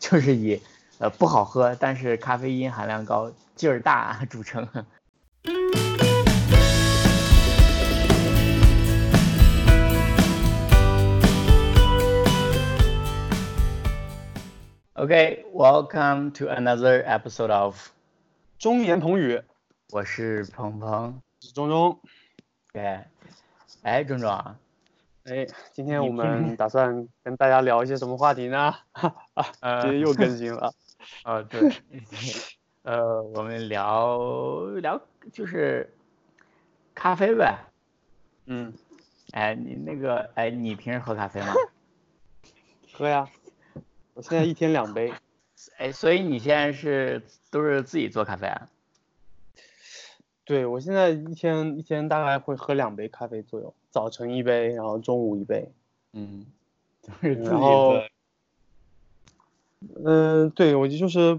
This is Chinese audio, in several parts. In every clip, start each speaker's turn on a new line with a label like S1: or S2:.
S1: 就是以呃不好喝，但是咖啡因含量高、劲儿大啊著称。OK, welcome to another episode of，
S2: 中言彭语，
S1: 我是鹏鹏。
S2: 中中，
S1: 对，哎，壮壮啊，
S2: 哎，今天我们打算跟大家聊一些什么话题 呢？
S1: 呃
S2: 今 天又更新了，
S1: 啊，对，呃，我们聊聊就是咖啡呗。
S2: 嗯，
S1: 哎，你那个，哎，你平时喝咖啡吗？
S2: 喝呀，啊我现在一天两杯，
S1: 哎，所以你现在是都是自己做咖啡啊？
S2: 对我现在一天一天大概会喝两杯咖啡左右，早晨一杯，然后中午一杯，
S1: 嗯， 都是自己
S2: 然后
S1: 做。
S2: 嗯、对我就就是，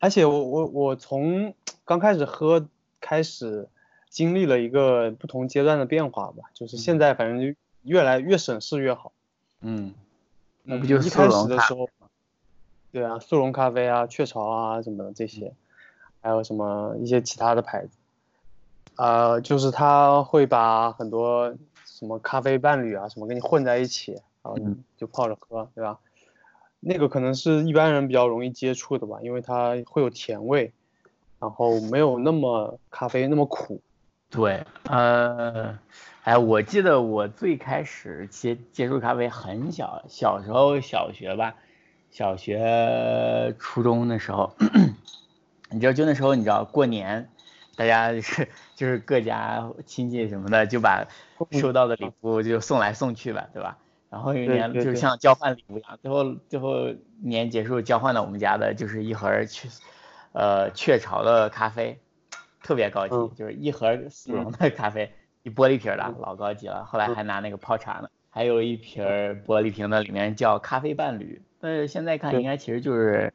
S2: 而且我我我从刚开始喝开始，经历了一个不同阶段的变化吧，就是现在反正就越来越省事越好。
S1: 嗯，那
S2: 嗯
S1: 不就
S2: 一
S1: 速
S2: 开
S1: 溶
S2: 始的
S1: 咖
S2: 时候，对啊，速溶咖啡啊、雀巢啊什么的这些，还有什么一些其他的牌子，呃，就是它会把很多什么咖啡伴侣啊什么给你混在一起，然后你
S1: 嗯
S2: 就泡着喝，对吧？那个可能是一般人比较容易接触的吧，因为它会有甜味，然后没有那么咖啡那么苦。
S1: 对，呃，哎，我记得我最开始接接触咖啡很小，小时候小学吧，小学初中的时候，你知道，就那时候你知道过年，大家就是就是各家亲戚什么的就把收到的礼物就送来送去吧，对吧？然后有一
S2: 对
S1: 年
S2: 对
S1: 就
S2: 对
S1: 像交换礼物一样，最后最后年结束交换到我们家的就是一盒儿雀，呃雀巢的咖啡，特别高级，
S2: 嗯
S1: 就是一盒儿速溶的咖啡，一玻璃瓶儿的，老高级了。后来
S2: 嗯
S1: 还拿那个泡茶呢，还有一瓶儿玻璃瓶的，里面叫咖啡伴侣，但是现在看
S2: 对
S1: 应该其实就是，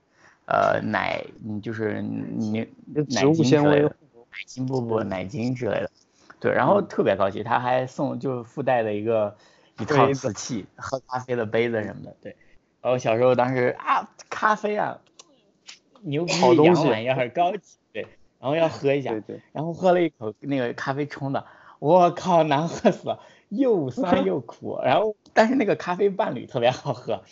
S1: 呃奶，嗯就是你奶
S2: 植物
S1: 精之
S2: 纤
S1: 类
S2: 维
S1: 的，奶精不不奶精之类的，对，然
S2: 嗯
S1: 后特别高级，他还送就附带了一个一套
S2: 杯子
S1: 瓷器，喝咖啡的杯子什么的，对。然后小时候当时啊，咖啡啊，牛逼
S2: 好东
S1: 洋
S2: 西
S1: 玩意儿，高级，对，然后要喝一下
S2: 对，对，
S1: 然后喝了一口那个咖啡冲的，我靠，难喝死了，又 酸又苦。然后，但是那个咖啡伴侣特别好喝，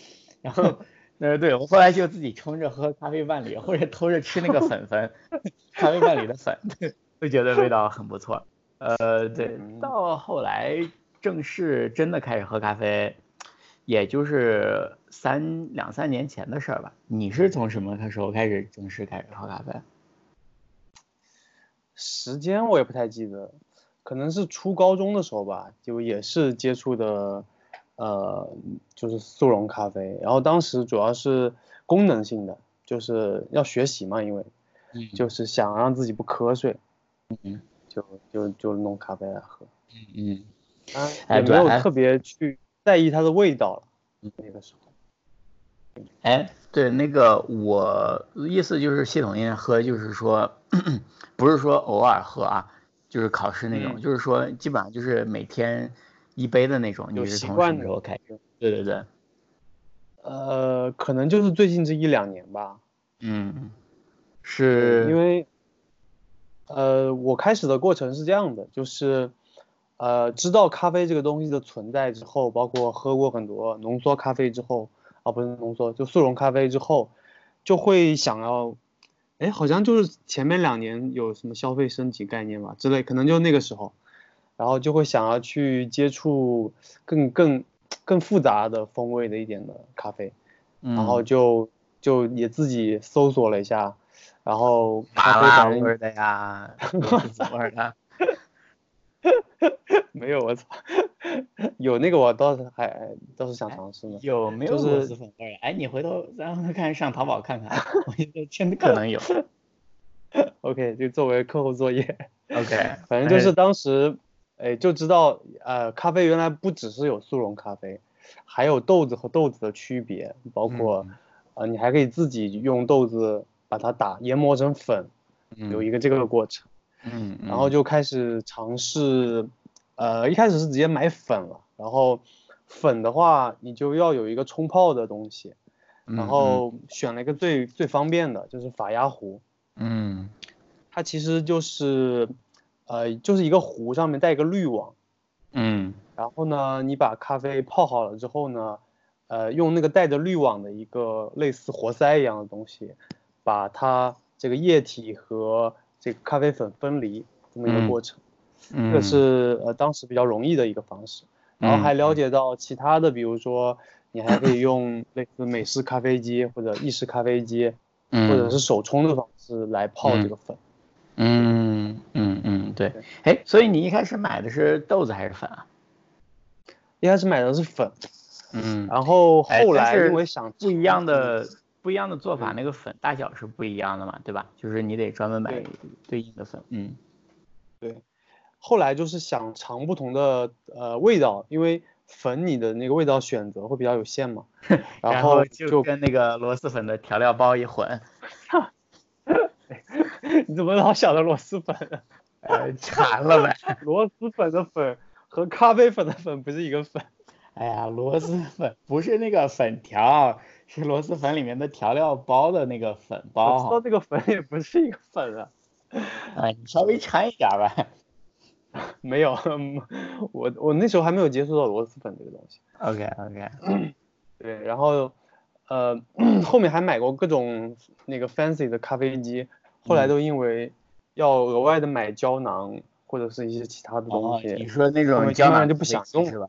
S1: 然 后，呃，对我后来就自己冲着喝咖啡伴侣，或者偷着吃那个粉粉， 咖啡伴侣的粉， 就觉得味道很不错。呃，对，到后来正式真的开始喝咖啡，也就是三两三年前的事儿吧。你是从什么时候开始正式开始喝咖啡？
S2: 时间我也不太记得，可能是初高中的时候吧，就也是接触的，呃，就是速溶咖啡。然后当时主要是功能性的，就是要学习嘛，因为
S1: 嗯
S2: 就是想让自己不瞌睡，
S1: 嗯，
S2: 就就就弄咖啡来喝，
S1: 嗯。
S2: 当
S1: 哎
S2: 然也
S1: 对
S2: 没有
S1: 哎嗯
S2: 特别去在意它的味道了。那个时候，
S1: 哎，对，那个我意思就是系统性喝，就是说不是说偶尔喝啊，就是考试那种，
S2: 嗯
S1: 就是说基本上就是每天一杯的那种。你
S2: 有
S1: 是
S2: 习
S1: 从什
S2: 惯
S1: 么
S2: 的
S1: 时候开始？对对对，
S2: 呃，可能就是最近这一两年吧，
S1: 嗯，
S2: 对
S1: 是
S2: 因为，呃，我开始的过程是这样的，就是，呃，知道咖啡这个东西的存在之后，包括喝过很多浓缩咖啡之后，啊，不是浓缩，就速溶咖啡之后，就会想要，哎，好像就是前面两年有什么消费升级概念吧之类，可能就那个时候，然后就会想要去接触更更更复杂的风味的一点的咖啡。然
S1: 然
S2: 后就就也自己搜索了一下，然后
S1: 麻
S2: 咖啡
S1: 辣
S2: 反
S1: 味
S2: 正
S1: 儿的呀，什么味儿 的？
S2: 没有，我操， 有那个我倒是还倒是想尝试呢。
S1: 有没有
S2: 就
S1: 螺
S2: 是
S1: 蛳粉味儿？哎，你回头咱们看上淘宝看 看，我觉得真的可能有。
S2: OK，就作为课后作业，
S1: OK，
S2: 反正就
S1: 哎
S2: 是当时，哎，就知道呃，咖啡原来不只是有速溶咖啡，还有豆子和豆子的区别，包
S1: 嗯
S2: 括、呃，你还可以自己用豆子把它打研磨成粉，有
S1: 嗯
S2: 一个这个过程。
S1: 嗯，
S2: 然后就开始尝试，呃，一开始是直接买粉了，然后粉的话你就要有一个冲泡的东西，
S1: 嗯
S2: 然后选了一个最最方便的，就是法压壶。
S1: 嗯
S2: 它其实就是，呃，就是一个壶上面带一个滤网，
S1: 嗯
S2: 然后呢，你把咖啡泡好了之后呢，呃，用那个带着滤网的一个类似活塞一样的东西，把它这个液体和这个咖啡粉分离这么一个
S1: 嗯
S2: 过程，
S1: 嗯，嗯
S2: 这是呃当时比较容易的一个方式。然后还了解到其他的，比如说你还可以用类似美式咖啡机或者意式咖啡机，
S1: 嗯，
S2: 或者是手冲的方式来泡这个粉。
S1: 嗯嗯嗯，对，哎，所以你一开始买的是豆子还是粉啊？
S2: 一开始买的是粉，
S1: 嗯，
S2: 然后
S1: 哎
S2: 后
S1: 但
S2: 来
S1: 是
S2: 因为想
S1: 不一样的
S2: 嗯
S1: 不一样的做法，那个粉大小是不一样的嘛，对吧？就是你得专门买
S2: 对
S1: 对应的粉。嗯
S2: 后来就是想尝不同的呃味道，因为粉你的那个味道选择会比较有 限嘛，然
S1: 后
S2: 后
S1: 就
S2: 就
S1: 跟那个螺蛳粉的调料包一混，
S2: 你 怎么老想到螺蛳粉？
S1: 呃，馋了呗。
S2: 螺蛳粉的粉和咖啡粉的粉不是一个粉。
S1: 哎呀，螺蛳粉不是那个粉条，是螺蛳粉里面的调料包的那个粉
S2: 我知道
S1: 包。
S2: 这个粉也不是一个粉啊，
S1: 哎，你稍微馋一点呗。
S2: 没有，嗯我我那时候还没有接触到螺蛳粉这个东西。
S1: OK OK，
S2: 对，然后呃 后面还买过各种那个 fancy 的咖啡机，后来
S1: 嗯
S2: 都因为要额外的买胶囊或者是一些其他的东
S1: 哦，
S2: 西，
S1: 你说那
S2: 后
S1: 种
S2: 面
S1: 胶囊
S2: 慢慢就
S1: 咖
S2: 不
S1: 啡
S2: 想
S1: 机
S2: 用
S1: 是吧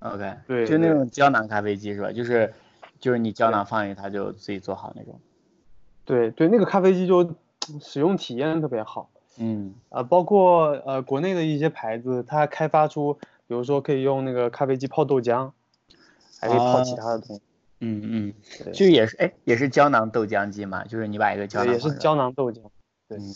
S1: ？OK，
S2: 对
S1: 就那
S2: 对
S1: 种胶囊咖啡机是吧？就是就是你胶
S2: 对
S1: 囊放进去，它就自己做好那种。
S2: 对对，那个咖啡机就使用体验特别好，
S1: 嗯
S2: 呃，包括呃国内的一些牌子，它开发出，比如说可以用那个咖啡机泡豆浆，还可以泡其
S1: 啊
S2: 他的东西，
S1: 嗯嗯，
S2: 对
S1: 就也是哎，也是胶囊豆浆机嘛，就是你把一个胶
S2: 对，
S1: 囊
S2: 也是
S1: 放上
S2: 胶囊豆浆。对
S1: 嗯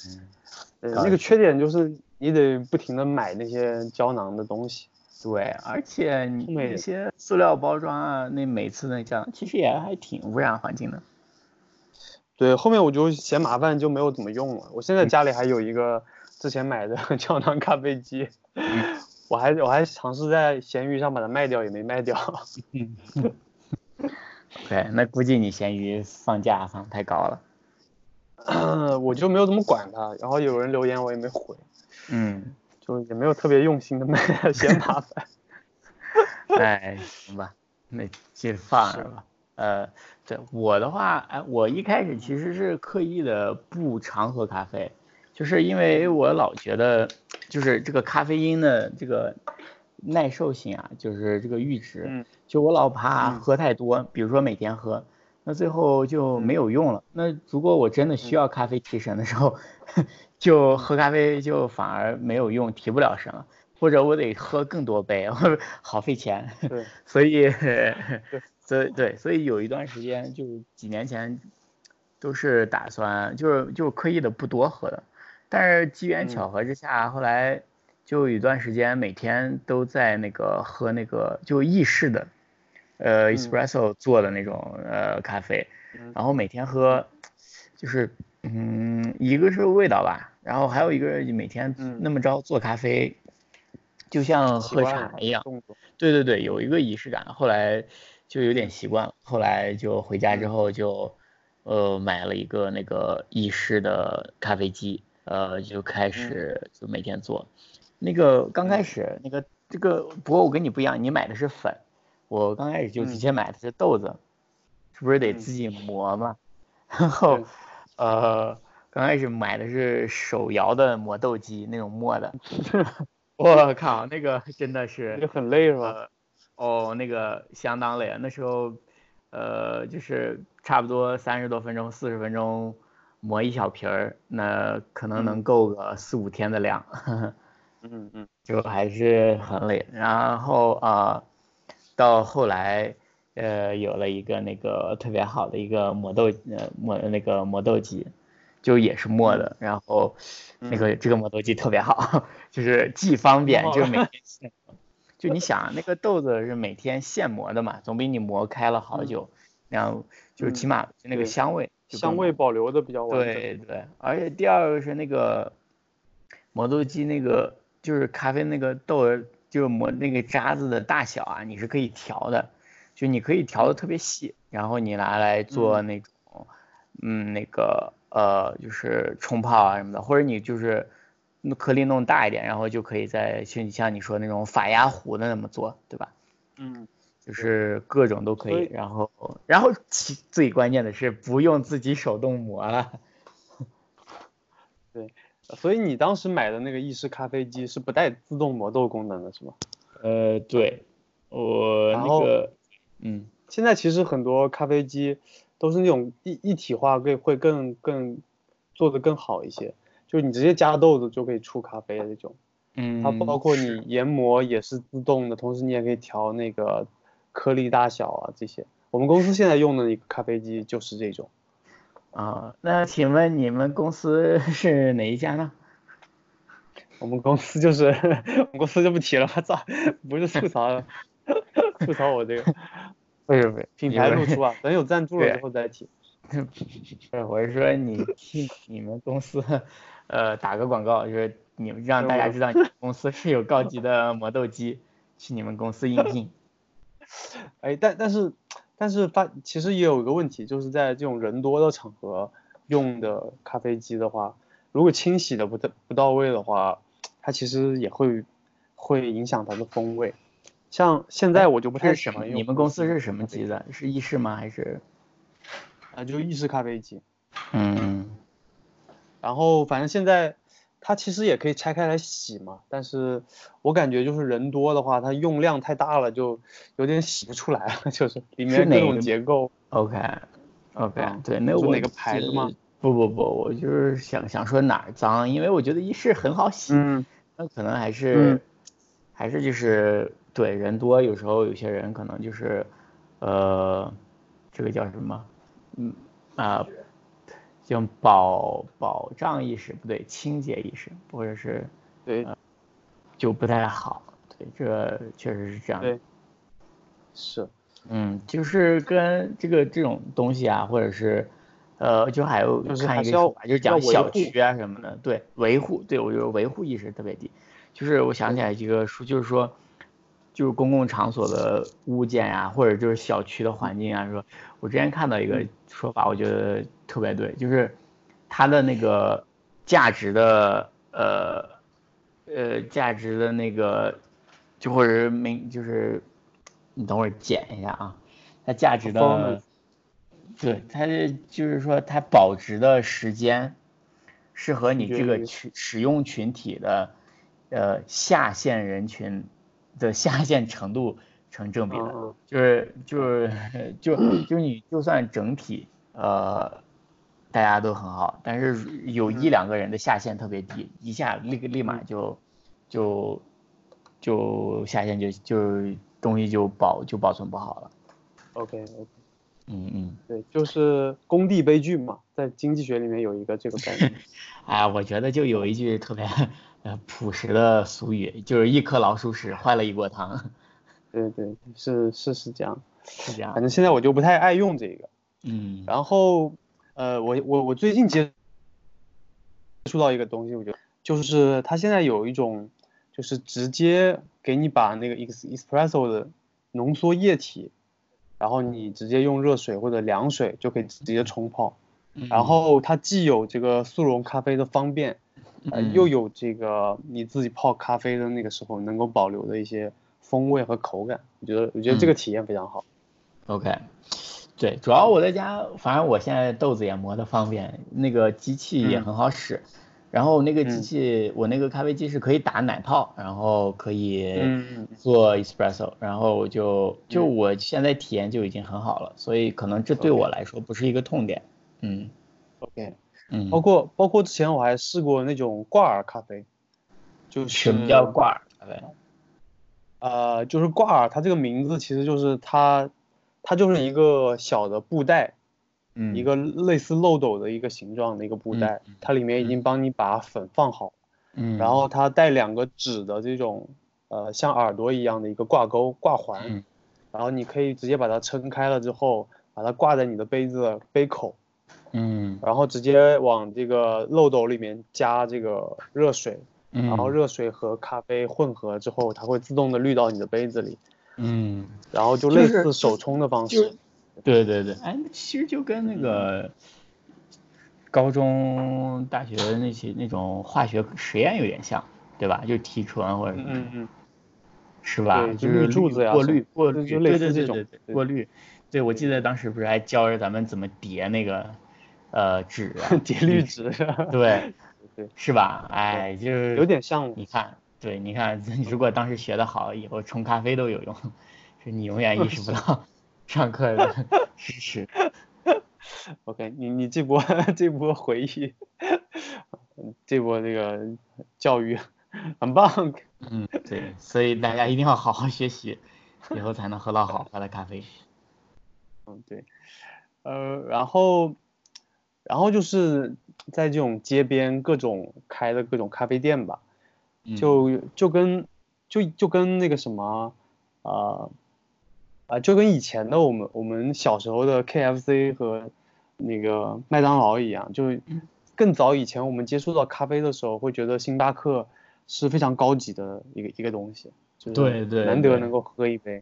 S2: 对，
S1: 啊
S2: 那个缺点就是你得不停的买那些胶囊的东西。
S1: 对，而且你
S2: 后面
S1: 那些塑料包装啊，那每次那胶囊其实也还挺污染环境的。
S2: 对，后面我就嫌麻烦，就没有怎么用了。我现在家里还有一个之前买的 胶囊咖啡机，我还我还尝试在闲鱼上把它卖掉，也没卖掉。
S1: 对，那估计你闲鱼放价放太高了。
S2: 我就没有怎么管它，然后有人留言我也没回，
S1: 嗯，
S2: 就也没有特别用心的 卖，嫌麻烦。
S1: 哎，行吧，那就放着吧。呃，对我的话，哎，我一开始其实是刻意的不常喝咖啡，就是因为我老觉得，就是这个咖啡因的这个耐受性啊，就是这个阈值，
S2: 嗯
S1: 就我老怕
S2: 嗯
S1: 喝太多，比如说每天喝，那最后就没有用了。那如果我真的
S2: 嗯
S1: 需要咖啡提神的时候，就喝咖啡就反而没有用，提不了神了，或者我得 喝更多杯，好费钱。
S2: 对，
S1: 所以， 所以对，所以有一段时间，就是几年前，都是打算就是就刻意的不多喝的，但是机缘
S2: 嗯
S1: 巧合之下，后来就有一段时间每天都在那个喝那个就意式的，呃
S2: 嗯
S1: ，espresso 做的那种呃咖啡，
S2: 嗯
S1: 然后每天喝，就是嗯，一个是味道吧，然后还有一个每天
S2: 嗯
S1: 那么着做咖啡，就像
S2: 习
S1: 喝
S2: 惯
S1: 茶
S2: 了
S1: 一样。
S2: 动作。
S1: 对对对，有一个仪式感，后来就有点习惯了，后来就回家
S2: 嗯
S1: 之后就，呃，买了一个那个意式的咖啡机，呃，就
S2: 嗯
S1: 开始就每天做。那个刚开始那个这个，不过我跟你不一样，你买的是粉，我刚开始就直
S2: 嗯
S1: 接买的是豆子，是不是得
S2: 嗯
S1: 自己磨嘛？ 然后
S2: 对，
S1: 呃，刚开始买的是手摇的磨豆机那种磨 的， 我靠，那个真的是
S2: 就很累是吧？
S1: 呃，哦，那个相当累啊，那时候，呃，就是差不多三十多分钟、四十分钟磨一小瓶儿，那可能能
S2: 嗯
S1: 够个四五天的量，
S2: 嗯嗯
S1: 就还是很累。然后啊、到后来，呃，有了一个那个特别好的一个磨豆，呃，磨那个磨豆机，就也是磨的，
S2: 嗯
S1: 然后那个这个磨豆机特别好，就是既方便，
S2: 好
S1: 就是每天现磨。就你想啊，那个豆子是每天现磨的嘛，总比你磨开了好
S2: 嗯
S1: 久，然后就是起
S2: 嗯
S1: 码那个
S2: 对
S1: 香味就
S2: 香
S1: 更
S2: 味保留的比较完整。
S1: 对对，而且第二个是那个磨豆机那个就是咖啡那个豆儿，就是磨那个渣子的大小啊，你是可以调的。就你可以调的特别细，然后你拿来做那种，嗯，那个呃，就是冲泡啊什么的，或者你就是弄颗粒弄大一点，然后就可以再像像你说那种法压壶的那么做，对吧？
S2: 嗯，
S1: 就是各种都可
S2: 所
S1: 以
S2: 以，
S1: 然后然后其最关键的是不用自己手动磨了。
S2: 所以你当时买的那个意式咖啡机是不带自动磨豆功能的，是吗？
S1: 呃，对，我
S2: 然后
S1: 那个，嗯，
S2: 现在其实很多咖啡机都是那种一一体化，会会更更做的更好一些，就是你直接加豆子就可以出咖啡的那种。
S1: 嗯，
S2: 它包括你研磨也是自动的，同时你也可以调那个颗粒大小啊这些。我们公司现在用的一个咖啡机就是这种。
S1: 啊、那请问你们公司 是哪一家呢？
S2: 我们公司就是 我们公司就不提了，我操，不是吐槽 吐槽我这个
S1: 不是不是，
S2: 品
S1: 你
S2: 牌
S1: 不
S2: 露
S1: 是
S2: 出啊，等有赞助了
S1: 对
S2: 之后再提。
S1: 不是，我是说你替你们公司，呃，打个广告，就是你们让大家知道 你们公司是有高级的磨豆机，去你们公司应聘。
S2: 哎，但但是但是发其实也有一个问题，就是在这种人多的场合用的咖啡机的话，如果清洗的不到不到位的话，它其实也会会影响它的风味。像现在我就不
S1: 不
S2: 太
S1: 哎是
S2: 喜
S1: 什么？
S2: 欢用
S1: 你们公司是什么
S2: 咖啡
S1: 机的？是意式吗？还是？
S2: 啊，就意式咖啡机。
S1: 嗯，
S2: 然后反正现在它其实也可以拆开来洗嘛，但是我感觉就是人多的话，它用量太大了，就有点洗不出来了， 就是里面各
S1: 哪
S2: 种
S1: 个
S2: 结构。
S1: OK OK，、
S2: 嗯
S1: 对，那
S2: 是
S1: 我
S2: 哪个牌子吗
S1: 是？不不不，我就是想想说哪儿脏，因为我觉得一式很好洗，
S2: 嗯，
S1: 那可能还是、
S2: 嗯
S1: 还是就是对人多，有时候有些人可能就是呃，这个叫什么？嗯啊，叫保保障意识不对，清洁意识或者是
S2: 对
S1: 就不太好，对，这确实是这样的。
S2: 对，是，
S1: 嗯，就是跟这个这种东西啊，或者是，呃，就还有
S2: 就是还
S1: 看一
S2: 是
S1: 个
S2: 要
S1: 说法，就是
S2: 要
S1: 讲
S2: 维
S1: 小
S2: 护
S1: 区啊什么的，对，维护，对我觉得维护意识特别低。就是我想起来一个书，就是说，就是公共场所的物件呀、或者就是小区的环境啊，说，我之前看到一个说法，我觉得特别对，就是它的那个价值的呃呃价值的那个，就或者是名就是，你等会儿剪一下啊，它价值的
S2: Performance，
S1: 对，它的就是说它保值的时间是和你
S2: 取
S1: 这
S2: 决
S1: 个
S2: 于
S1: 群使用群体的呃下线人群的下线程度成正比的。
S2: 嗯嗯
S1: 就是就是就就你就算整体呃大家都很好，但是有一两个人的下限特别低，一下立立马就就就下限就就东西就保就保存不好了。
S2: ，OK OK，
S1: 嗯嗯，
S2: 对，就是工地悲剧嘛，在经济学里面有一个这个概念，
S1: 哎，我觉得就有一句特别 呃朴实的俗语，就是一颗老鼠屎坏了一锅汤，
S2: 对对，是是是这样。
S1: 是这
S2: 反
S1: 样。
S2: 正现在我就不太爱用这个，
S1: 嗯
S2: 然后呃，我我我最近接触到一个东西，我觉得就是它现在有一种，就是直接给你把那个 ex espresso 的浓缩液体，然后你直接用热水或者凉水就可以直接冲泡，
S1: 嗯
S2: 然后它既有这个速溶咖啡的方便，呃，
S1: 嗯
S2: 又有这个你自己泡咖啡的那个时候能够保留的一些风味和口感，我觉得我觉得这个
S1: 嗯
S2: 体验非常好。
S1: OK，对，主要我在家，反正我现在豆子也磨得方便，那个机器也
S2: 嗯
S1: 很好使。然后那个
S2: 嗯
S1: 机器，我那个咖啡机是可以打奶泡，然后可以
S2: 嗯
S1: 做 espresso，然后我就就
S2: 嗯
S1: 我现在体验就已经很好了，所以可能这对
S2: OK
S1: 我来说不是一个痛点。嗯
S2: ，OK。
S1: 嗯
S2: 包，括包括之前我还试过那种挂耳咖啡，就是
S1: 什么叫挂耳咖啡？
S2: 呃，就是挂耳，它这个名字其实就是它，它就是一个小的布袋，
S1: 嗯，
S2: 一个类似漏斗的一个形状的一个布袋，它里面已经帮你把粉放好，
S1: 嗯，
S2: 然后它带两个纸的这种呃像耳朵一样的一个挂钩挂环，
S1: 嗯
S2: 然后你可以直接把它撑开了之后，把它挂在你的杯子的杯口，
S1: 嗯
S2: 然后直接往这个漏斗里面加这个热水。
S1: 嗯，
S2: 然后热水和咖啡混合之后，它会自动的滤到你的杯子里。
S1: 嗯，
S2: 然后就
S1: 就
S2: 类
S1: 是
S2: 似手冲的方
S1: 就
S2: 式。
S1: 对对对，哎，其实就跟那
S2: 嗯
S1: 个高中、大学那些那种化学实验有点像，对吧？就提纯或者什么
S2: 嗯嗯
S1: 是吧？
S2: 对
S1: 就
S2: 就是滤柱子呀
S1: 过
S2: 什么
S1: 滤、过
S2: 就
S1: 滤，
S2: 就类
S1: 对对
S2: 似这
S1: 对
S2: 种
S1: 对对，
S2: 对
S1: 过滤。对，我记得当时不是还教着咱们怎么叠那个呃纸啊
S2: 嗯，，叠滤纸，
S1: 对，
S2: 对
S1: 是吧？哎，就是
S2: 有点像
S1: 你看，对，你看， 如果当时学得好，以后冲咖啡都有用， 是你永远意识不到 上课的 知识。
S2: OK，你你这波 这波回忆， 这波这个教育 很棒。
S1: 嗯， 对，所以大家一定要好好学习，以后才能喝到好喝的咖啡。
S2: 嗯，对，呃，然后，然后就是在这种街边各种开的各种咖啡店吧，
S1: 嗯
S2: 就就跟就就跟那个什么，啊、啊、就跟以前的我们我们小时候的 KFC 和那个麦当劳一样，就更早以前我们接触到咖啡的时候，会觉得星巴克是非常高级的一个一个东西，就是
S1: 对对
S2: 难得
S1: 对
S2: 能够喝一杯，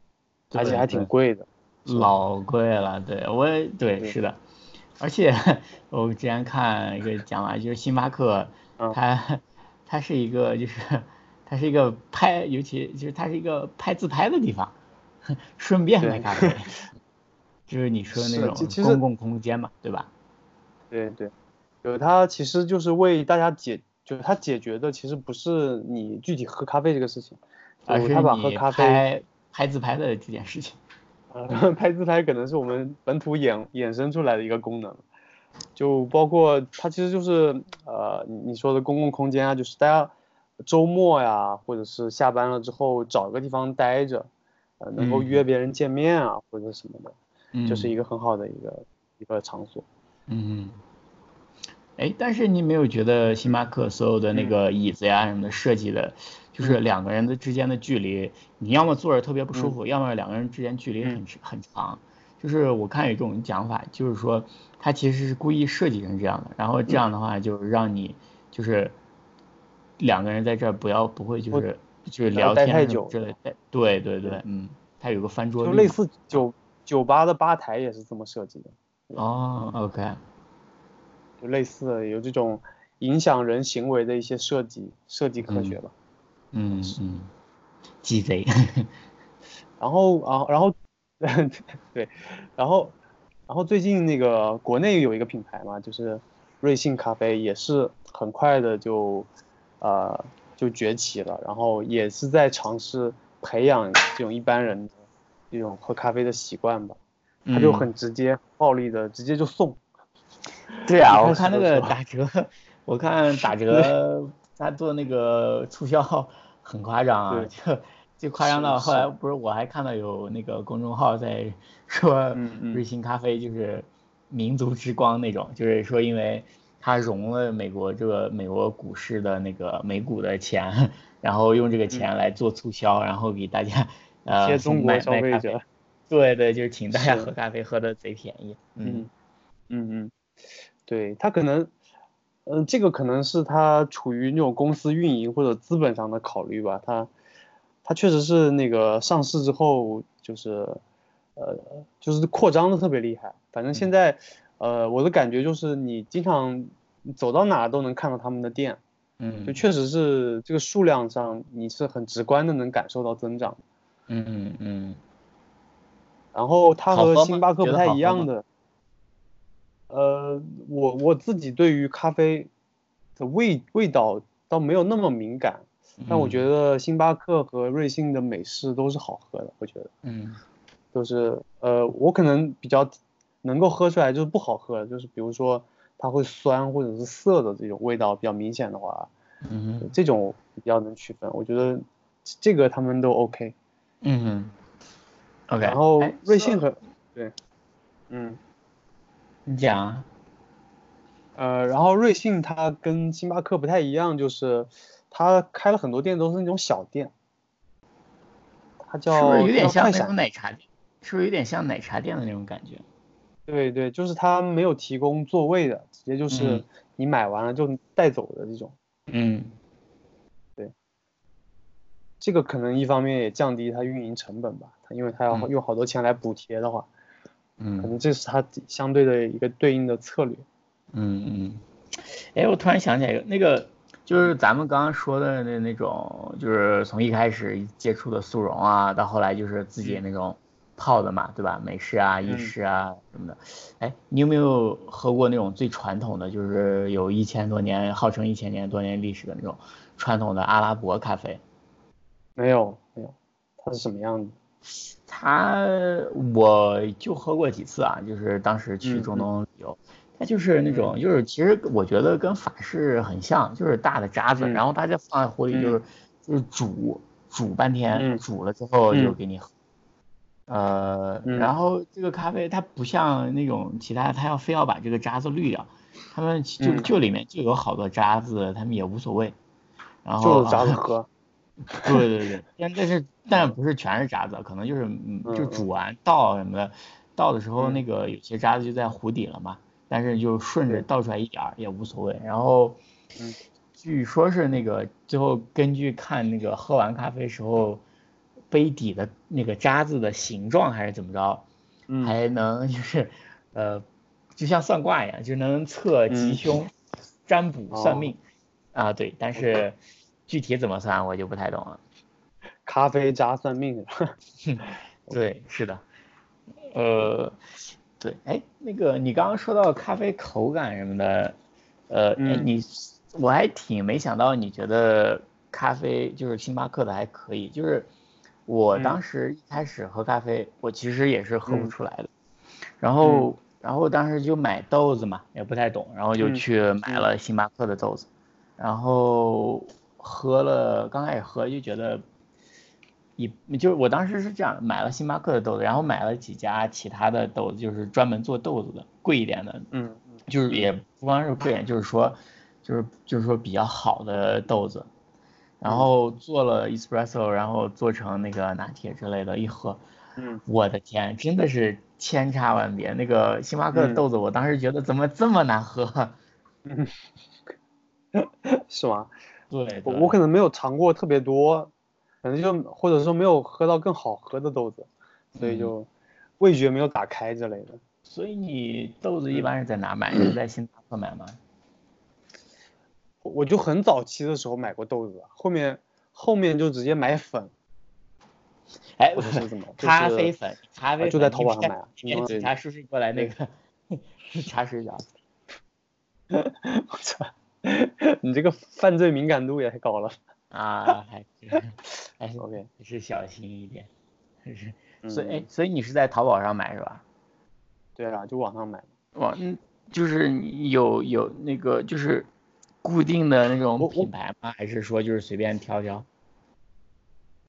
S2: 而且
S1: 对
S2: 还挺
S1: 对
S2: 贵的。是吧
S1: 老贵了，对我也对
S2: 对
S1: 是的，而且我之前看一个讲法，就是星巴克
S2: 嗯，
S1: 它它是一个就是它是一个拍，尤其就是它是一个拍自拍的地方，顺便卖
S2: 对
S1: 咖啡，就是你说
S2: 是
S1: 那
S2: 的
S1: 种
S2: 其其实
S1: 公共空间嘛，对吧？
S2: 对对，有它其实就是为大家解，就是它解决的其实不是你具体喝咖啡这个事情，
S1: 而
S2: 就是它把喝
S1: 你
S2: 咖啡
S1: 拍拍自拍的这件事情，
S2: 呃 拍自拍可能是我们本土衍衍生出来的一个功能，就包括它其实就是呃你你说的公共空间啊，就是大家周末呀，或者是下班了之后找个地方待着，呃能够
S1: 嗯
S2: 约别人见面啊或者什么的，
S1: 嗯，
S2: 就是一个很好的一个一个场所。
S1: 嗯，哎，但是你没有觉得星巴克所有的那
S2: 嗯
S1: 个椅子呀什么的设计的，就是两个人的之间的距离，你要么坐着特别不舒
S2: 嗯
S1: 服，要么两个人之间距离很
S2: 嗯
S1: 长很长。就是我看有一种讲法，就是说他其实是故意设计成这样的，然后这样的
S2: 嗯
S1: 话就是让你就是两个人在这儿不要不会就
S2: 不
S1: 是就是
S2: 不要
S1: 聊
S2: 待
S1: 天
S2: 太
S1: 什么
S2: 久
S1: 之类的。对对
S2: 对
S1: 对，嗯，它有个翻桌
S2: 就
S1: 率
S2: 类
S1: 嘛
S2: 似酒酒吧的吧台也是这么设计的，
S1: 哦，OK，
S2: 嗯就类似的有这种影响人行为的一些设计设计科学吧。
S1: 嗯嗯，鸡贼。
S2: 然后啊，然后 对，然后然后最近那个国内有一个品牌嘛，就是瑞幸咖啡，也是很快的就呃就崛起了，然后也是在尝试培养这种一般人的这种喝咖啡的习惯吧。他就
S1: 嗯
S2: 很直接、暴力的直接就送。
S1: 对啊，
S2: 一
S1: 我
S2: 开始
S1: 看那
S2: 的时
S1: 个
S2: 候
S1: 打折， 我看 打折，他做那个促销很夸张啊，就就夸张
S2: 是
S1: 到后
S2: 是
S1: 来不是我还看到有那个公众号在 说
S2: 嗯嗯
S1: 瑞幸咖啡就是民族之光那种，就是说因为它融了美国这个美国股市的那个美股的钱，然后用这个钱来做促销，然后给大家呃
S2: 些
S1: 送
S2: 嗯中国
S1: 卖
S2: 消
S1: 卖咖
S2: 费
S1: 啡
S2: 者，
S1: 对对，就是请大家
S2: 是
S1: 喝咖啡喝的贼便宜，嗯
S2: 嗯嗯嗯，对他可能，嗯、这个可能是他处于那种公司运营或者资本上的考虑吧，他他确实是那个上市之后就是，呃，就是扩张的特别厉害，反正
S1: 嗯
S2: 现在，呃，我的感觉就是你经常走到哪都能看到他们的店，
S1: 嗯，
S2: 就确实是这个数量上你是很直观的能感受到增长。
S1: 嗯嗯嗯。
S2: 然后它
S1: 好喝
S2: 和
S1: 吗
S2: 星巴克
S1: 觉
S2: 不
S1: 得
S2: 太
S1: 好喝
S2: 一样
S1: 吗
S2: 的，呃，我我自己对于咖啡的味味道倒没有那么敏感，但我
S1: 嗯
S2: 觉得星巴克和瑞幸的美式都是好喝的，我觉得
S1: 嗯
S2: 就是呃，我可能比较能够喝出来就是不好喝的，就是比如说它会酸或者是涩的这种味道比较明显的话，
S1: 嗯
S2: 这种比较能区分，我觉得这个他们都 OK。
S1: 嗯，OK。
S2: 然后
S1: 哎
S2: 瑞幸和对，嗯。
S1: 你讲啊，
S2: 呃，然后瑞幸它跟星巴克不太一样，就是它开了很多店都是那种小店，它
S1: 是不
S2: 叫
S1: 是有点像
S2: 叫快
S1: 那种
S2: 闪，
S1: 奶茶店？是不是有点像奶茶店的那种感觉？
S2: 对对，就是它没有提供座位的，直接就是
S1: 嗯
S2: 你买完了就带走的这种。
S1: 嗯
S2: 这个可能一方面也降低它运营成本吧，它因为它要
S1: 嗯
S2: 用好多钱来补贴的话，可
S1: 嗯
S2: 能这是它相对的一个对应的策略。
S1: 嗯嗯，哎，我突然想起来一个，那个就是咱们刚刚说的那那种，就是从一开始接触的速溶啊，到后来就是自己那种泡的嘛，对吧？美式啊、意
S2: 嗯
S1: 式啊什么的。哎，你有没有喝过那种最传统的，就是有一千多年，号称一千年多年历史的那种传统的阿拉伯咖啡？
S2: 没有没有，它是什么样的？
S1: 它我就喝过几次啊，就是当时去
S2: 嗯
S1: 中
S2: 嗯
S1: 东旅游，它就是那种，就是其实我觉得跟法式很像，就是大的渣子，
S2: 嗯
S1: 然后大家放在火里就是就是煮煮半天，
S2: 嗯
S1: 煮了之后就
S2: 嗯
S1: 给你喝。呃，
S2: 嗯
S1: 然后这个咖啡它不像那种其他，它要非要把这个渣子滤掉，他们就
S2: 嗯
S1: 就里面就有好多渣子，他们也无所谓。然后啊
S2: 就是咋子喝？
S1: 对对对，但但是但不是全是渣子，可能就是嗯，就
S2: 嗯
S1: 煮完倒什么的，倒的时候
S2: 嗯
S1: 那个有些渣子就在壶底了嘛，但是就顺着
S2: 对
S1: 倒出来一点儿也无所谓。然后
S2: 嗯，
S1: 据说是那个最后根据看那个喝完咖啡时候杯底的那个渣子的形状还是怎么着，
S2: 嗯
S1: 还能就是呃，就像算卦一样，就能测吉
S2: 嗯
S1: 凶、占卜、算
S2: 哦
S1: 命啊。对，但是具体怎么算我就不太懂了。
S2: 咖啡渣算命是吧？
S1: 对，是的，
S2: 嗯
S1: 呃，对，哎，那个你刚刚说到咖啡口感什么的，呃，哎
S2: 嗯
S1: 你我还挺没想到，你觉得咖啡就是星巴克的还可以，就是我
S2: 嗯
S1: 当时一开始喝咖啡，我其实也是喝不
S2: 嗯
S1: 出来的，然后然后当时就买豆子嘛，也不太懂，然后就
S2: 嗯
S1: 去买了星巴克的豆子，然后喝了，刚开始喝就觉得一就是我当时是这样，买了星巴克的豆子，然后买了几家其他的豆子，就是专门做豆子的，贵一点的，
S2: 嗯
S1: 就是也不光是贵一点，就是说，就是就是说比较好的豆子，然后做了 espresso，然后做成那个拿铁之类的，一喝，
S2: 嗯，
S1: 我的天，真的是千差万别。那个星巴克的
S2: 嗯
S1: 豆子，我当时觉得怎么这么难喝？
S2: 是吗？
S1: 对，
S2: 我
S1: 对
S2: 我可能没有尝过特别多，可能就或者说没有喝到更好喝的豆子，所
S1: 嗯
S2: 以就味觉没有打开之类的。
S1: 所以你豆子一般是在哪买？
S2: 嗯
S1: 是在星巴克买吗？
S2: 我我就很早期的时候买过豆子，后面后面就直接买粉，
S1: 哎，
S2: 或者是怎么，就是
S1: 咖啡粉，咖啡
S2: 就
S1: 粉
S2: 在
S1: 你
S2: 淘宝上
S1: 骗
S2: 买啊
S1: 你骗
S2: 嗯
S1: 警察叔叔过来那个查水饺。
S2: 我操， 你这个犯罪敏感度也太高了。
S1: 啊，还是还是
S2: OK，
S1: 还是小心一点， 还是所以
S2: 嗯，
S1: 哎，所以你是在淘宝上买是吧？
S2: 对啊，就网上买。
S1: 哇，嗯，就是你有有那个就是固定的那
S2: 我
S1: 种
S2: 我
S1: 品牌吗？还是说就是随便挑挑？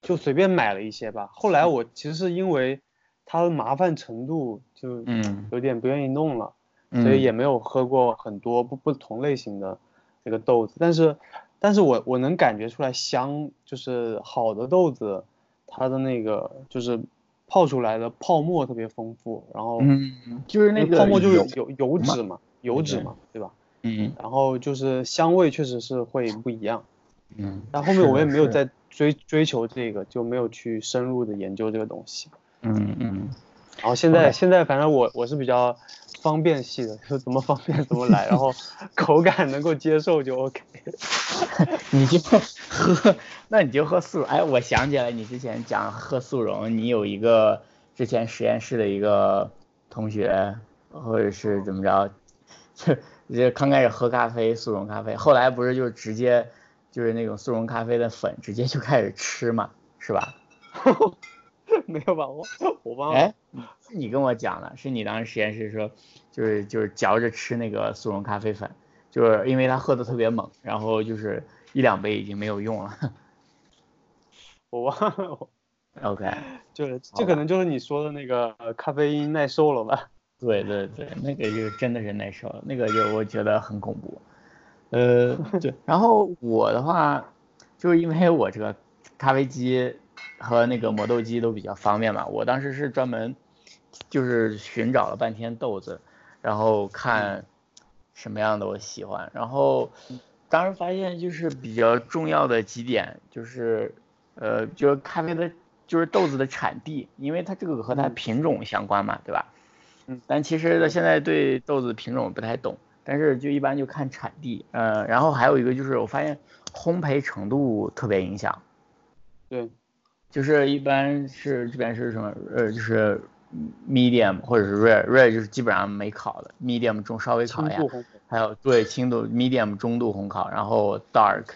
S2: 就随便买了一些吧。后来我其实是因为它的麻烦程度就
S1: 嗯，
S2: 有点不愿意弄了，所以也没有喝过很多不不同类型的这个豆子。但是，但是我我能感觉出来香，就是好的豆子，它的那个就是泡出来的泡沫特别丰富，然后
S1: 嗯，就是那
S2: 因
S1: 个
S2: 为泡沫就是
S1: 有
S2: 油油脂嘛，油脂嘛，对吧？
S1: 嗯
S2: 然后就是香味确实是会不一样。
S1: 嗯，
S2: 但后面
S1: 是
S2: 我也
S1: 的
S2: 没有
S1: 是的
S2: 再追追求这个，就没有去深入的研究这个东西。
S1: 嗯嗯，
S2: 然后哦现在
S1: OK
S2: 现在反正我我是比较方便系的，就怎么方便怎么来，然后口感能够接受就 OK。
S1: 你就 喝，那你就喝速溶。哎，我想起来你之前讲喝速溶，你有一个之前实验室的一个同学，或者是怎么着，就就刚开始喝咖啡速溶咖啡，后来不是就直接就是那种速溶咖啡的粉直接就开始吃嘛，是吧？
S2: 没有吧？我我忘了。
S1: 哎，是你跟我讲的，是你当时实验室说，就是就是嚼着吃那个速溶咖啡粉，就是因为他喝的特别猛，然后就是一两杯已经没有用了。
S2: 我忘了，我
S1: OK。
S2: 就是
S1: 好吧
S2: 这可能就是你说的那个呃咖啡因耐受了吧？
S1: 对对对，那个就真的是难受了，那个就我觉得很恐怖。呃，对，然后我的话，就是因为我这个咖啡机和那个磨豆机都比较方便嘛，我当时是专门就是寻找了半天豆子，然后看什么样的我喜欢，然后当时发现就是比较重要的几点，就是呃，就是咖啡的，就是豆子的产地，因为它这个和它品种相关嘛，对吧？
S2: 嗯。
S1: 但其实现在对豆子品种不太懂，但是就一般就看产地，呃，然后还有一个就是我发现烘焙程度特别影响，
S2: 对，
S1: 就是一般是这边是什么，呃，就是 medium 或者是 rare，rare 就是基本上没烤的，medium 中稍微
S2: 轻
S1: 烤一下
S2: 度，烘焙，
S1: 还有对轻度 medium 中度烘烤，然后 dark，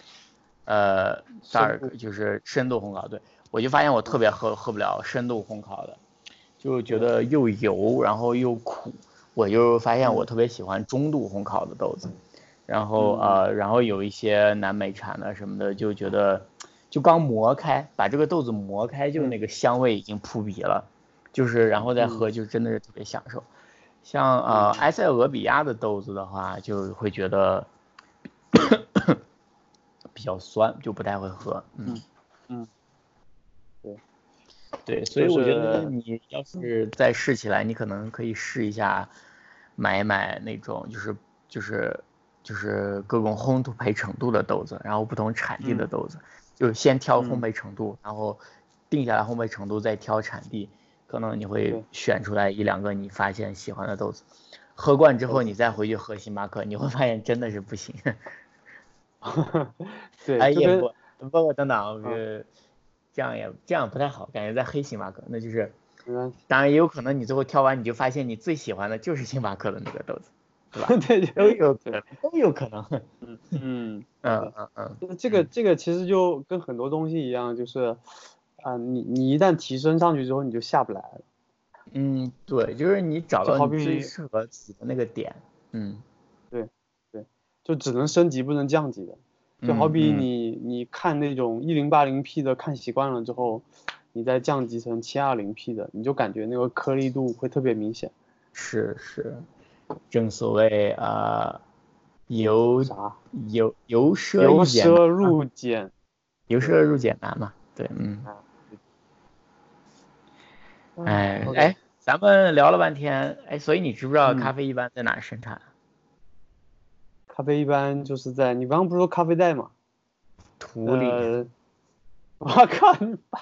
S1: 呃
S2: 深度
S1: dark 就是深度烘烤。对我就发现我特别喝喝不了深度烘烤的，就觉得又油然后又苦。我就发现我特别喜欢中度烘烤的豆子，然后
S2: 嗯
S1: 呃然后有一些南美产的什么的，就觉得就刚磨开，把这个豆子磨开，
S2: 嗯
S1: 就那个香味已经扑鼻了，就是然后再喝就真的是特别享受。像呃
S2: 嗯
S1: 埃塞俄比亚的豆子的话，就会觉得比较酸，就不太会喝。嗯
S2: 嗯，对
S1: 对，所以
S2: 就
S1: 我觉得
S2: 是
S1: 你要是再试起来，你可能可以试一下买一买那种就是就是就是各种烘焙程度的豆子，然后不同产地的
S2: 嗯
S1: 豆子，就是先挑烘
S2: 嗯
S1: 焙程度，然后定下来烘焙程度，再挑产地。可能你会
S2: 对
S1: 选出来一两个你发现喜欢的豆子，喝惯之后你再回去喝星巴克，你会发现真的是不行。
S2: 对，
S1: 哎
S2: 就嗯
S1: 也
S2: 跟
S1: 不不不等等，呃，这样也这样不太好，感觉在黑星巴克，那就是
S2: 没关系，
S1: 当然也有可能你最后挑完你就发现你最喜欢的就是星巴克的那个豆子，对吧？
S2: 对对，
S1: 都有可
S2: 对
S1: 能，都有可能。
S2: 嗯。
S1: 哎 嗯嗯嗯，
S2: 那这个这个其实就跟很多东西一样，就是，啊、你你一旦提升上去之后，你就下不来了。
S1: 嗯，对，就是你找
S2: 就
S1: 到
S2: 好
S1: 你最
S2: 比
S1: 适合自己的那个点，嗯，
S2: 就只能升级不能降级的。就好比
S1: 嗯嗯
S2: 你、你看那种一零八零 P 的看习惯了之后，你再降级成七二零 P 的，你就感觉那个颗粒度会特别明显。
S1: 是是，正所谓啊，由
S2: 啥？
S1: 由由奢
S2: 由
S1: 入俭难
S2: 奢入俭。
S1: 由奢入俭难嘛，对，嗯。
S2: 啊
S1: 哎
S2: 嗯
S1: 哎，咱们聊了半天，哎，所以你知不知道
S2: 嗯
S1: 咖啡一般在哪儿生产？
S2: 咖啡一般就是在你刚刚不是说咖啡带吗？
S1: 土里。
S2: 呃 我靠，你把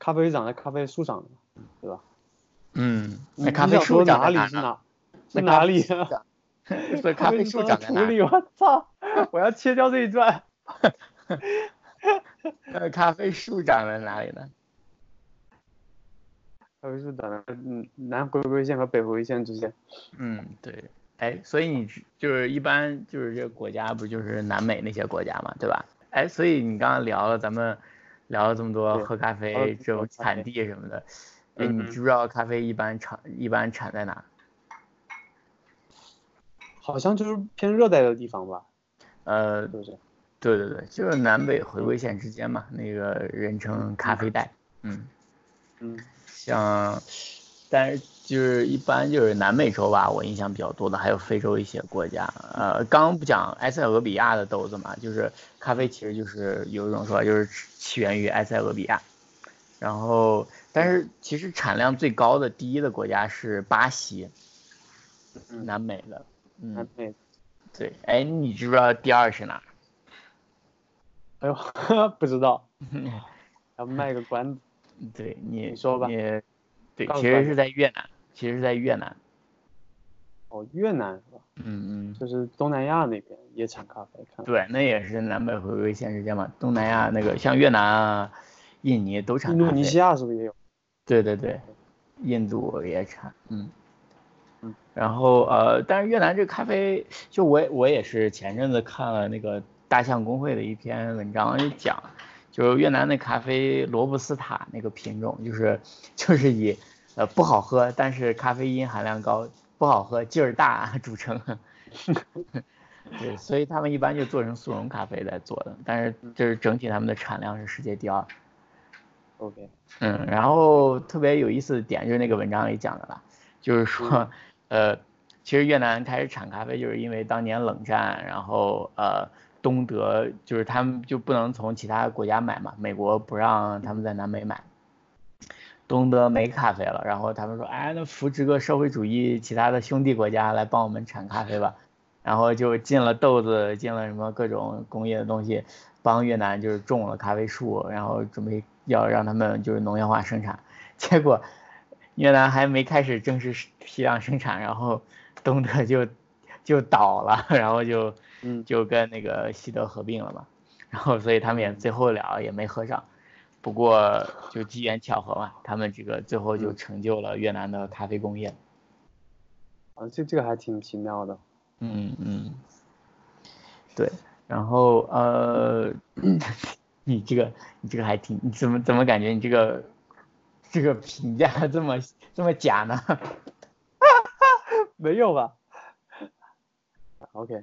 S2: 咖啡长在咖啡树上的，对吧？
S1: 嗯，
S2: 你
S1: 那咖
S2: 你
S1: 啡
S2: 想
S1: 树
S2: 说
S1: 长
S2: 哪
S1: 在
S2: 里
S1: 哪儿
S2: 是
S1: 呢？
S2: 哪？是
S1: 那
S2: 哪
S1: 咖啡
S2: 里
S1: 树
S2: 啊？
S1: 长所以咖啡树长在
S2: 土
S1: 哪儿？
S2: 里， 我操！我要切掉这一段。
S1: 那 咖啡树长在哪里呢？
S2: 咖啡树长在嗯南回归线和北回归线之间。
S1: 嗯，对。哎，所以你知就是一般就是这个国家不就是南美那些国家嘛，对吧？哎，所以你刚刚聊了咱们聊了这么多
S2: 对
S1: 喝咖
S2: 聊了
S1: 啡
S2: 这么
S1: 这
S2: 多
S1: 种
S2: 咖
S1: 产
S2: 啡
S1: 地什么的，哎，你
S2: 嗯
S1: 知不知道咖啡一般产一般产在哪儿？
S2: 好像就是偏热带的地方吧，
S1: 呃
S2: 是，不是？
S1: 对对对，就是南北回归线之间嘛，那个人称咖啡带。嗯，
S2: 嗯，
S1: 像，但是就是一般就是南美洲吧，我印象比较多的，还有非洲一些国家。呃，刚刚不讲埃塞俄比亚的豆子嘛，就是咖啡其实就是有一种说法就是起源于埃塞俄比亚，然后但是其实产量最高的第一的国家是巴西，
S2: 嗯
S1: 南美的。嗯
S2: 南，美。
S1: 对，哎，你知不知道第二是哪儿？
S2: 哎呦，不知道，
S1: 嗯
S2: 要卖个关子。
S1: 对你，
S2: 你说吧
S1: 你对，
S2: 告
S1: 其
S2: 诉大
S1: 实
S2: 家
S1: 是在越南，其实是在越南。
S2: 哦，越南是吧？
S1: 嗯嗯，
S2: 就是东南亚那边也产咖啡，看
S1: 对，那也是南北回归线之间嘛。东南亚那个像越南啊、印尼都产
S2: 印
S1: 咖
S2: 度
S1: 啡。
S2: 尼西亚是不是也有？
S1: 对对对，印度也产，嗯
S2: 嗯。
S1: 然后呃，但是越南这个咖啡，就我也我也是前阵子看了那个大象公会的一篇文章，就讲就是越南那咖啡罗布斯塔那个品种，就是就是以呃不好喝，但是咖啡因含量高，不好喝劲儿大著称。对，所以他们一般就做成速溶咖啡来做的，但是就是整体他们的产量是世界第二。
S2: OK，
S1: 嗯，然后特别有意思的点就是那个文章里讲的啦，就是说， 呃，其实越南开始产咖啡，就是因为当年冷战，然后呃，东德就是他们就不能从其他国家买嘛，美国不让他们在南美买，东德没咖啡了，然后他们说，哎，那扶植个社会主义其他的兄弟国家来帮我们产咖啡吧，然后就进了豆子，进了什么各种工业的东西，帮越南就是种了咖啡树，然后准备要让他们就是农业化生产， 结果越南还没开始正式批量生产，然后东德就就倒了，然后就
S2: 嗯
S1: 就跟那个西德合并了嘛，然后所以他们也最后了也没合上，不过就机缘巧合嘛，他们这个最后就成就了越南的咖啡工业。
S2: 啊，这这个还挺奇妙的。
S1: 嗯嗯，对，然后呃， 你这个你这个还挺，你怎么怎么感觉你这个这个评价这么这么假呢？
S2: 没有吧？OK，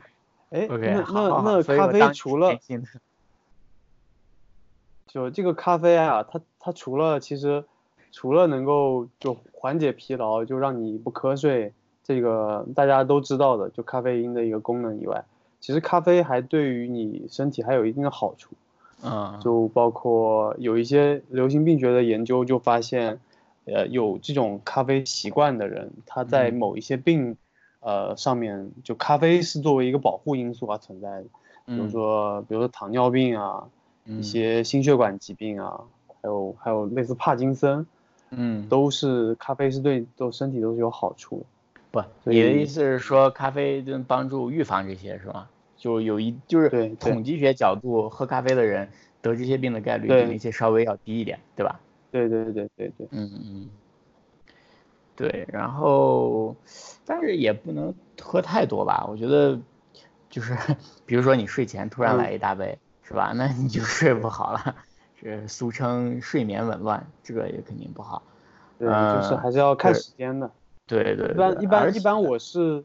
S2: 哎
S1: OK，
S2: 那
S1: 好好
S2: 那
S1: 好
S2: 那
S1: 所以我
S2: 咖啡
S1: 当你
S2: 除
S1: 是
S2: 了
S1: 真心的
S2: 就这个咖啡啊，它它除了其实除了能够就缓解疲劳，就让你不瞌睡，这个大家都知道的，就咖啡因的一个功能以外，其实咖啡还对于你身体还有一定的好处。
S1: 嗯，
S2: 就包括有一些流行病学的研究就发现，呃，有这种咖啡习惯的人，他在
S1: 嗯
S2: 某一些病，呃，上面就咖啡是作为一个保护因素而存在的，比如
S1: 嗯
S2: 说，比如说糖尿病啊，一
S1: 嗯
S2: 些心血管疾病啊，还有还有类似帕金森，
S1: 嗯
S2: 都是咖啡是对对身体都是有好处的。
S1: 不，
S2: 所
S1: 你的
S2: 以
S1: 意思是说咖啡能帮助预防这些是吗？就有一就是
S2: 对对
S1: 统计学角度，喝咖啡的人得这些病的概率
S2: 对
S1: 比那些稍微要低一点，对吧？
S2: 对对对对对，
S1: 嗯嗯，对，然后但是也不能喝太多吧，我觉得就是比如说你睡前突然
S2: 嗯
S1: 来一大杯，是吧？那你就睡不好了， 这俗称睡眠紊乱，这个也肯定不好。
S2: 对，
S1: 呃
S2: 就是还是要看
S1: 对
S2: 时间的。
S1: 对对对，
S2: 一般一
S1: 而
S2: 般一
S1: 且
S2: 般我是，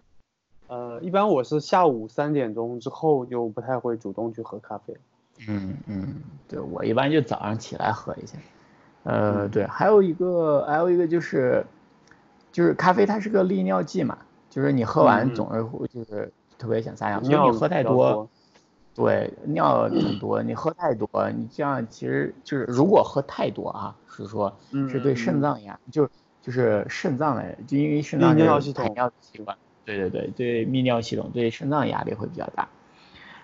S2: 呃，一般我是下午三点钟之后就不太会主动去喝咖啡。
S1: 嗯嗯，对，我一般就早上起来喝一下。呃，
S2: 嗯
S1: 对，还有一个，还有一个就是，就是咖啡它是个利尿剂嘛，就是你喝完
S2: 嗯嗯
S1: 总是会就是特别想撒尿，所以
S2: 尿
S1: 你喝太
S2: 比较
S1: 多，对，尿很多，你喝太多，你这样其实就是如果喝太多啊，是说
S2: 嗯
S1: 是对
S2: 嗯
S1: 肾
S2: 嗯
S1: 脏呀，就就是肾脏的，就因为肾
S2: 利
S1: 脏
S2: 尿
S1: 是
S2: 系
S1: 排
S2: 统
S1: 尿的器官，对对对，对泌尿系统对肾脏压力会比较大。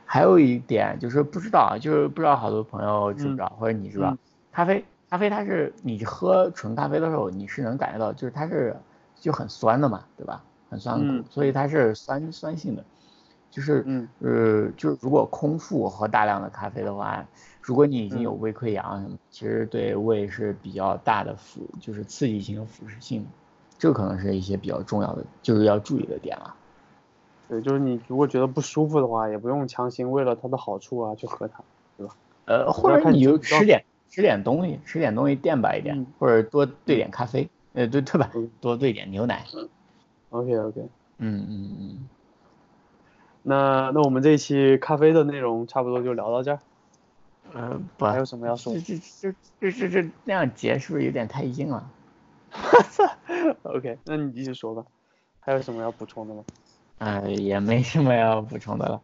S1: 还有一点就是不知道，啊就是不知道好多朋友知不知道，或者你知不知道，
S2: 嗯
S1: 咖啡咖啡它是你喝纯咖啡的时候，你是能感觉到，就是它是就很酸的嘛，对吧？很酸苦，
S2: 嗯
S1: 所以它是酸酸性的，就是
S2: 嗯
S1: 呃，就是如果空腹喝大量的咖啡的话，如果你已经有
S2: 嗯
S1: 胃溃疡什么，其实对胃是比较大的腐，就是刺激性和腐蚀性的，这可能是一些比较重要的，就是要注意的点啊了。
S2: 对，就是你如果觉得不舒服的话，也不用强行为了它的好处啊去喝它。
S1: 呃，或
S2: 要
S1: 者
S2: 看
S1: 你
S2: 你
S1: 就
S2: 自己状
S1: 吃点吃点东西，吃点东西垫吧一点，
S2: 嗯
S1: 或者多兑点咖啡，呃，对对吧
S2: 嗯？
S1: 多兑点牛奶。
S2: OK OK，
S1: 嗯嗯嗯，
S2: 那那我们这一期咖啡的内容差不多就聊到这儿，
S1: 呃，不，
S2: 嗯还有什么要说
S1: 这这这这这这那样结是不是有点太硬了？
S2: ？OK，那你继续说吧，还有什么要补充的吗
S1: 呃，也没什么要补充的了。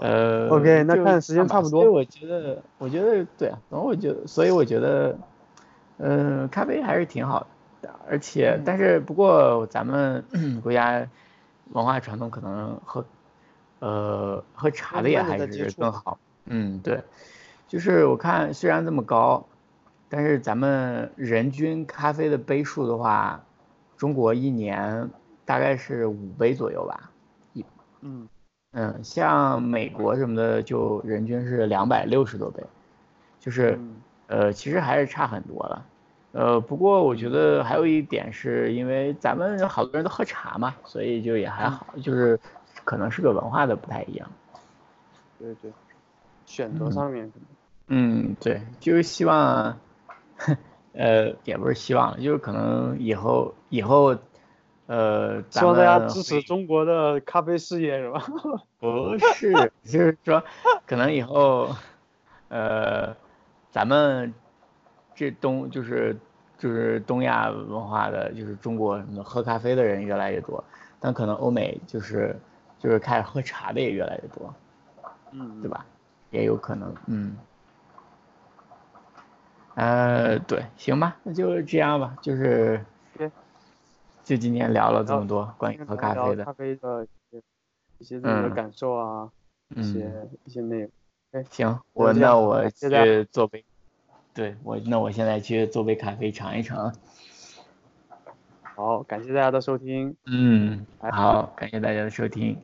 S1: 呃
S2: OK，那
S1: 就
S2: 看时间
S1: 这样吧
S2: 差不多
S1: 所以我觉得，我觉得对啊，然后我觉得，所以我觉得，呃，咖啡还是挺好的，而且、
S2: 嗯
S1: 但是不过咱们 国家文化传统可能喝，呃，喝茶的也
S2: 慢
S1: 还
S2: 慢地在接
S1: 是
S2: 触
S1: 更好。嗯，对，就是我看虽然这么高，但是咱们人均咖啡的杯数的话，中国一年大概是五杯左右吧。
S2: 嗯
S1: 嗯，像美国什么的，就人均是两百六十多杯，就是
S2: 嗯
S1: 呃，其实还是差很多了。呃，不过我觉得还有一点是因为咱们好多人都喝茶嘛，所以就也还好，就是可能是个文化的不太一样。
S2: 对对，选择
S1: 嗯
S2: 上面可能
S1: 嗯，对，就是希望，呃，也不是希望了，就是可能以后以后，呃，咱
S2: 希望大家
S1: 们
S2: 支
S1: 会
S2: 持中国的咖啡事业是吧？
S1: 不是，就是说，可能以后，呃，咱们这东就是就是东亚文化的，就是中国什么的喝咖啡的人越来越多，但可能欧美就是就是开始喝茶的也越来越多，
S2: 嗯，
S1: 对吧？也有可能，嗯。呃，对，行吧，那就这样吧，就是
S2: ？OK，
S1: 就今天聊了这
S2: 聊
S1: 么多关于
S2: 今天
S1: 喝
S2: 咱
S1: 咖
S2: 们聊
S1: 啡的
S2: 咖，啡的一些一些自己的
S1: 嗯
S2: 感受啊，一
S1: 嗯。
S2: 些一些内容。
S1: 行，我
S2: 这样
S1: 那我
S2: 谢谢大家
S1: 去做杯，对我，那我现在去做杯咖啡尝一尝。
S2: 好，感谢大家的收听。
S1: 嗯，好，感谢大家的收听。